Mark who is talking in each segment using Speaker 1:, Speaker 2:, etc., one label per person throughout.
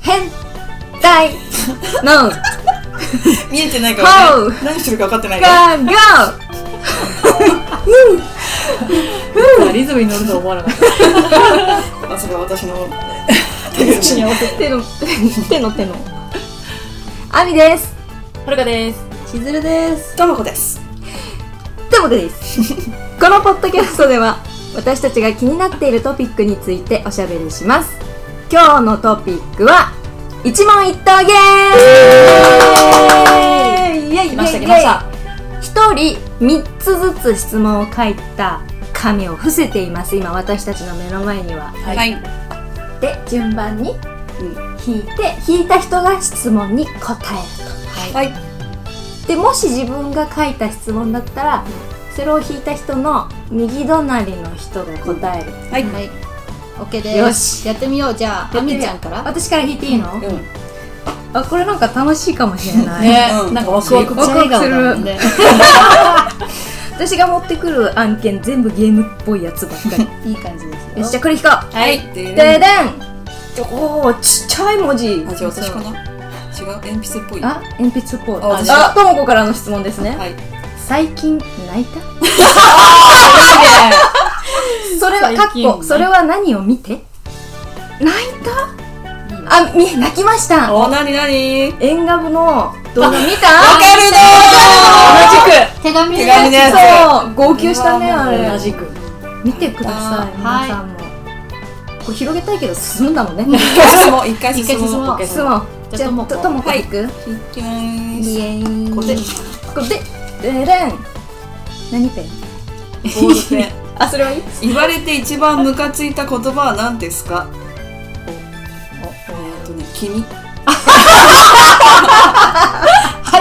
Speaker 1: 変態の
Speaker 2: 見えてないから、
Speaker 1: How？
Speaker 2: ね、何してるか分かってないから
Speaker 1: ガーガー
Speaker 3: リズムに乗るとは思わなかっ
Speaker 2: あそれは私の手 口 に合わせて
Speaker 1: 手の手の手のアミです
Speaker 3: た。はるかです。
Speaker 1: しずるです
Speaker 2: ともこです
Speaker 1: ってことですこのポッドキャストでは私たちが気になっているトピックについておしゃべりします今日のトピックは一問一答ゲームイエイイエイイエイ
Speaker 3: 来ました来ました。
Speaker 1: 一人三つずつ質問を書いた紙を伏せています今私たちの目の前には
Speaker 3: はい
Speaker 2: い
Speaker 1: で順番に
Speaker 2: うん
Speaker 1: 引いて引いた人が質問に答える
Speaker 2: はい
Speaker 1: とでもし自分が書いた質問だったらそれを引いた人の右隣の人が答える、
Speaker 2: はい
Speaker 3: はい。オッケーです。
Speaker 1: よし
Speaker 3: やってみよう。じゃあ、
Speaker 1: や
Speaker 3: あ
Speaker 1: ってみよう
Speaker 3: みちゃんから。
Speaker 1: 私から引いていいの、
Speaker 2: うん
Speaker 1: あこれなんか楽しいかもしれない、
Speaker 3: ね
Speaker 2: うん
Speaker 3: なんかワクワク
Speaker 1: ワクワクする
Speaker 3: 笑顔だもんね
Speaker 1: 私が持ってくる案件全部ゲームっぽいやつばっか り
Speaker 3: いい感じですよ。
Speaker 1: よしじゃあこれ引こう
Speaker 3: はい。
Speaker 2: で
Speaker 1: ででんちょおおちっちゃい文字
Speaker 2: あじゃあ私かな違う鉛筆っぽい
Speaker 1: あ鉛筆っぽい
Speaker 2: あ私
Speaker 1: あともこからの質問ですね、
Speaker 2: はい
Speaker 1: 最近泣いたそれは、
Speaker 3: 最
Speaker 1: かっ
Speaker 3: 近ね
Speaker 1: こ、それは何を見て泣いた
Speaker 3: いいな
Speaker 1: あ、み、泣きました
Speaker 2: おなになに
Speaker 1: 縁画部の動画見た
Speaker 2: わかるね
Speaker 3: 手紙
Speaker 2: 手紙のやつ
Speaker 1: そう、号泣したね、あれ
Speaker 3: 同。じく。
Speaker 1: 見てください、
Speaker 3: あー
Speaker 1: 皆さんも。これ広げたいけど進むんだもんね。
Speaker 2: 一回進もう一回進
Speaker 3: 一回進
Speaker 2: も
Speaker 3: も
Speaker 2: う
Speaker 3: う
Speaker 1: 進もう。じ
Speaker 3: じ
Speaker 1: ゃ
Speaker 3: ゃ
Speaker 1: あ、
Speaker 3: あともこと
Speaker 1: もこ行く
Speaker 2: 引きま
Speaker 1: イ
Speaker 2: す
Speaker 1: エーイ。
Speaker 2: こ
Speaker 1: こ
Speaker 2: れ
Speaker 1: れで、これで、でれん。何ペン
Speaker 2: ボールペン
Speaker 1: あ、それはいい
Speaker 2: 言われて一番ムカついた言葉は何ですかおおえーっとね君
Speaker 3: は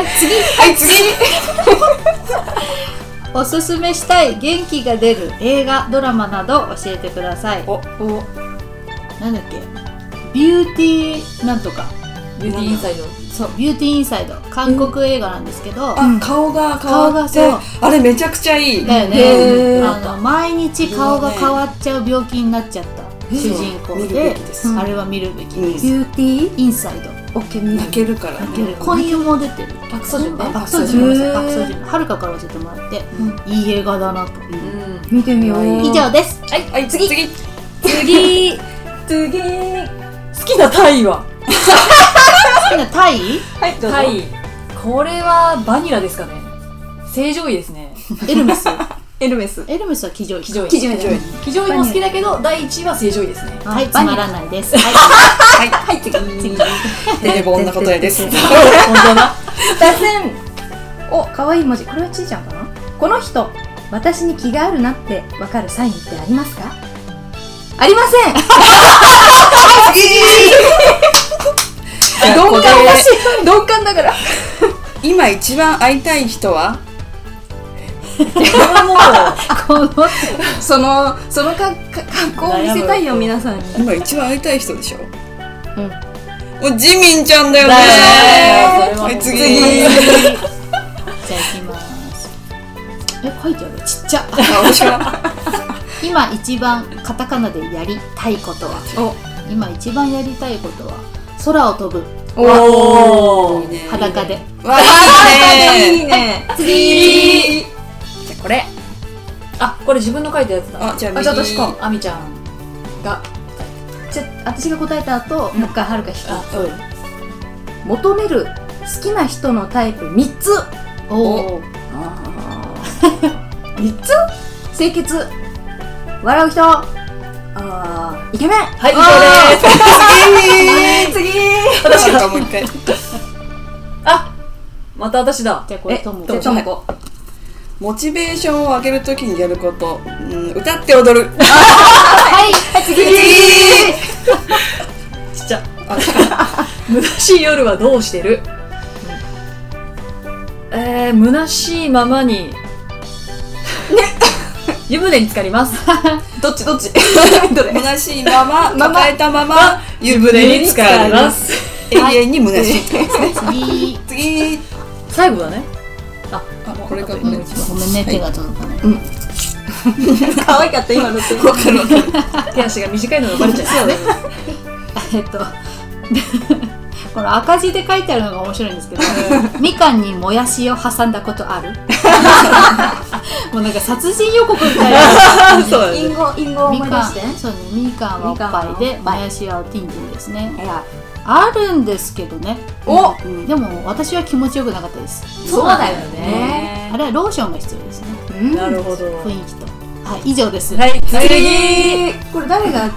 Speaker 3: い、次。
Speaker 2: はい次
Speaker 3: おすすめしたい元気が出る映画、ドラマなど教えてください。
Speaker 2: お
Speaker 3: お。なんだっけビューティーなんとか。
Speaker 2: ビューティーインサ
Speaker 3: イド。そう、ビューティーインサイド。韓国映画なんですけど。
Speaker 2: あ、顔が変
Speaker 3: 顔
Speaker 2: わ
Speaker 3: が
Speaker 2: って
Speaker 3: そう
Speaker 2: あれめちゃくちゃいい
Speaker 3: だよ
Speaker 1: へ
Speaker 3: ね。
Speaker 1: ー
Speaker 3: あの毎日顔が変わっちゃう病気になっちゃった主人公
Speaker 2: 見るべ
Speaker 3: で
Speaker 2: き、です、
Speaker 1: うん
Speaker 3: あれは見るべき
Speaker 2: う。ん
Speaker 1: ビューティー
Speaker 3: インサイド。
Speaker 1: オッケー、見る
Speaker 2: 泣。けるから
Speaker 3: 泣ける
Speaker 2: ね
Speaker 3: 婚姻も出てる。パク
Speaker 1: ソジュンね
Speaker 3: パクソジュンごめんな
Speaker 1: へー
Speaker 3: さい。パクソジュン。はるかから教えてもらって
Speaker 2: う、
Speaker 3: いい映画だなと。
Speaker 2: うん
Speaker 1: 見てみよう。
Speaker 3: 以上です。
Speaker 2: はい、はい、次次
Speaker 1: 次次好きなタイは
Speaker 3: 好きなタイ
Speaker 1: はいどうぞ
Speaker 4: タイこれはバニラですかね正常位ですね
Speaker 3: エルメス。
Speaker 1: エルメス
Speaker 3: エルメスは騎乗位。
Speaker 4: 騎乗位
Speaker 1: 基準
Speaker 2: 上位
Speaker 4: 騎乗位も好きだけど第1位は正常位ですね
Speaker 3: はい、つ
Speaker 1: バニ
Speaker 3: ま
Speaker 1: ラ
Speaker 3: らないです。は。
Speaker 2: はい、はい、次次デレボンな答 え です
Speaker 4: 本当だ
Speaker 1: 打線お可愛い文字これはちーちゃんかなこの人私に気があるなってわかるサインってありますかありません 鈍感だし鈍感だから
Speaker 2: 今一番会いたい人はい
Speaker 3: この、
Speaker 1: そのそのかか格好を見せたいよ皆さんに
Speaker 2: 今一番会いたい人でしょ
Speaker 1: うん
Speaker 2: もうジミンちゃんだよね
Speaker 4: だよね
Speaker 2: はい、次
Speaker 3: じゃあ行きます。え、書いてあるちっちゃ。
Speaker 2: あ、面白い
Speaker 3: 今一番カタカナでやりたいことは
Speaker 1: お
Speaker 3: 今一番やりたいことは空を飛ぶ
Speaker 4: おー
Speaker 2: ね
Speaker 3: 裸で
Speaker 2: わあ、いい
Speaker 1: い
Speaker 2: ね
Speaker 1: いね
Speaker 2: 次
Speaker 1: じゃあこれ
Speaker 4: あこれ自分の書いたやつだ
Speaker 2: あ、じゃあ
Speaker 1: あ
Speaker 2: 右
Speaker 1: じゃあ私か
Speaker 4: あみちゃんが
Speaker 1: じゃあ私が答えた後、もう一回はるか引
Speaker 4: あ
Speaker 1: く
Speaker 4: うん
Speaker 1: 求める好きな人のタイプ3つ
Speaker 3: おお
Speaker 1: 3つ清潔笑う人あーイケメン
Speaker 4: はい以
Speaker 1: あ
Speaker 4: 上です
Speaker 1: ー次
Speaker 2: 私かもう一回
Speaker 4: あまた私だ
Speaker 3: じゃあこ
Speaker 1: え
Speaker 3: れ
Speaker 1: っと
Speaker 3: とも
Speaker 1: も
Speaker 3: こ
Speaker 1: ともこ
Speaker 2: モチベーションを上げるときにやること、うん、歌って踊る
Speaker 1: はい次
Speaker 4: ちっちゃ 虚しい夜はどうしてるえー虚しいままに湯船に浸かります
Speaker 1: どっちどっちどれ
Speaker 2: 虚しいまま
Speaker 1: まま
Speaker 2: 抱えたまま湯船に浸かる
Speaker 4: す
Speaker 2: 永遠に虚しい
Speaker 3: 次
Speaker 2: 次
Speaker 4: 最後だね
Speaker 2: あこれかこ
Speaker 3: う
Speaker 2: れ
Speaker 3: んごめんね手が届かない
Speaker 1: 可愛かった今のって
Speaker 2: わかるわかる
Speaker 4: 手足が短いのがバレちゃう
Speaker 3: えっとこの赤字で書いてあるのが面白い んですけど、みかんにもやしを挟んだことあるもうなんか殺人予告みたいな。
Speaker 2: そうだね
Speaker 1: 隠語隠語を
Speaker 3: み
Speaker 1: 思い出
Speaker 3: か
Speaker 1: して
Speaker 3: ん、そうね、みかんはおっ
Speaker 1: み
Speaker 3: ぱいで、
Speaker 1: かんはおっ
Speaker 3: も
Speaker 1: ぱい
Speaker 3: やしはおティンティンですね。
Speaker 1: えらい
Speaker 3: あるんですけどね。
Speaker 1: お
Speaker 3: うんでも私は気持ちよくなかったです。
Speaker 1: そうだよね
Speaker 3: あれはローションが必要ですね。
Speaker 1: うん
Speaker 2: なるほど。
Speaker 3: 雰囲気と。はい、以上です。
Speaker 2: はい、
Speaker 1: 次これ誰が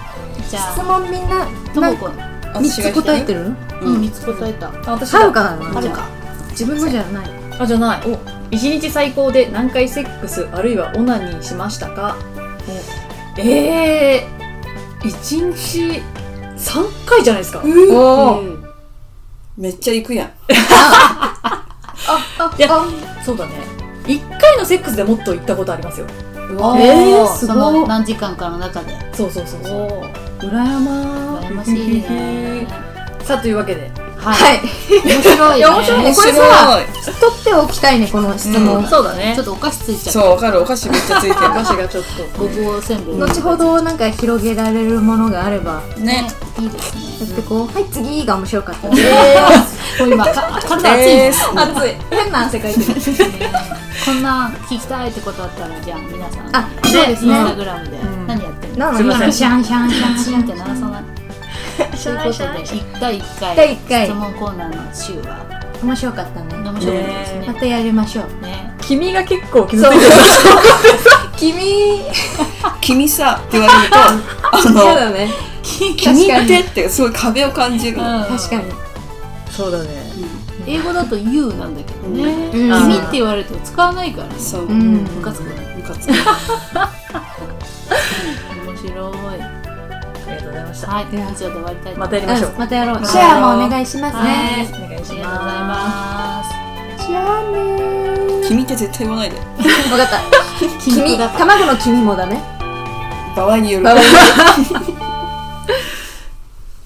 Speaker 3: じゃ
Speaker 1: 質
Speaker 3: あ、
Speaker 1: 問みんな
Speaker 3: ともこ。
Speaker 1: 3つ答えて
Speaker 2: る。
Speaker 1: るの
Speaker 3: うん、三つ答えた。
Speaker 4: あ私
Speaker 1: はる
Speaker 4: だ
Speaker 1: かなの
Speaker 3: ある
Speaker 1: じゃ
Speaker 3: か。
Speaker 1: あ自分のじゃない
Speaker 4: あじゃない一日最高で何回セックスあるいはオナニーしましたかええー、一日三回じゃないですか
Speaker 1: お
Speaker 3: う
Speaker 1: ー
Speaker 3: ん
Speaker 2: めっちゃ行くやん。
Speaker 1: あ
Speaker 4: いや
Speaker 1: あ
Speaker 4: そうだね一回のセックスでもっと行ったことありますよ
Speaker 1: わ
Speaker 3: え
Speaker 1: え
Speaker 3: ー
Speaker 1: ーすご
Speaker 3: そ
Speaker 1: い
Speaker 3: の何時間かの中で。
Speaker 4: そうそうそうそう
Speaker 3: おー
Speaker 4: 羨ま
Speaker 3: 羨ましいね。
Speaker 4: さあというわけで
Speaker 3: はい。
Speaker 1: はい
Speaker 3: 面白いね。
Speaker 1: いや面白いねこれさ
Speaker 2: 面
Speaker 1: 取っておきたいねこの質問
Speaker 2: うん
Speaker 4: そうだね
Speaker 3: ちょっとお菓子ついちゃ
Speaker 2: そう、わかる。お菓子めっちゃついてる。
Speaker 4: お菓子がちょっ
Speaker 3: ごぼうせんべい。
Speaker 1: 後ほどなんか広げられるものがあれば
Speaker 2: ね。
Speaker 3: いいですね。
Speaker 1: やってこうはい次が面白かった
Speaker 3: え ー、もう今か体熱いね、
Speaker 2: でーす。
Speaker 1: 熱い変な汗かいてる
Speaker 3: こんなん聞きたいってことあったらじゃあ皆さん
Speaker 1: あそうですね
Speaker 3: インスタグラムで
Speaker 4: うん
Speaker 3: 何やってるの、
Speaker 1: なの
Speaker 4: すいま
Speaker 1: 今の
Speaker 4: せん
Speaker 3: シャンシャンシャンシャンって鳴らさないということで1回1回
Speaker 1: 一回一回
Speaker 3: 質問コーナーの週は
Speaker 1: 面白かったね
Speaker 3: 面白いです
Speaker 1: ま
Speaker 3: ね
Speaker 1: たやりましょう
Speaker 3: ね
Speaker 4: 君が結構傷つ
Speaker 1: そ
Speaker 4: いうてる
Speaker 1: 君
Speaker 2: 君さって言われると、
Speaker 1: そう
Speaker 2: あの、
Speaker 1: だね
Speaker 2: 君ってってすごい壁を感じる。
Speaker 1: 確かに
Speaker 4: そうだね
Speaker 3: うん英語だと「You」なんだけどね「
Speaker 1: うん
Speaker 4: あー
Speaker 3: 君」って言われると使わないからね
Speaker 2: そう。
Speaker 1: う
Speaker 2: ム
Speaker 1: ん
Speaker 3: ムカつくね
Speaker 2: カつく。
Speaker 3: 面白い
Speaker 4: ありがとうございました
Speaker 3: はいじゃあ終わりたいと思います
Speaker 4: またやりましょう
Speaker 1: うんまたやろう
Speaker 2: ま
Speaker 1: シ
Speaker 2: た
Speaker 1: ェ
Speaker 2: やろう
Speaker 1: アもお願いします
Speaker 3: は
Speaker 1: ね
Speaker 3: い
Speaker 4: お願いし
Speaker 3: ありがとうござい
Speaker 4: ます
Speaker 3: ます
Speaker 1: じゃあねー
Speaker 2: 君って絶対言わないで。
Speaker 1: 分 かった君卵の君もだね
Speaker 2: 場合による。
Speaker 1: 場合に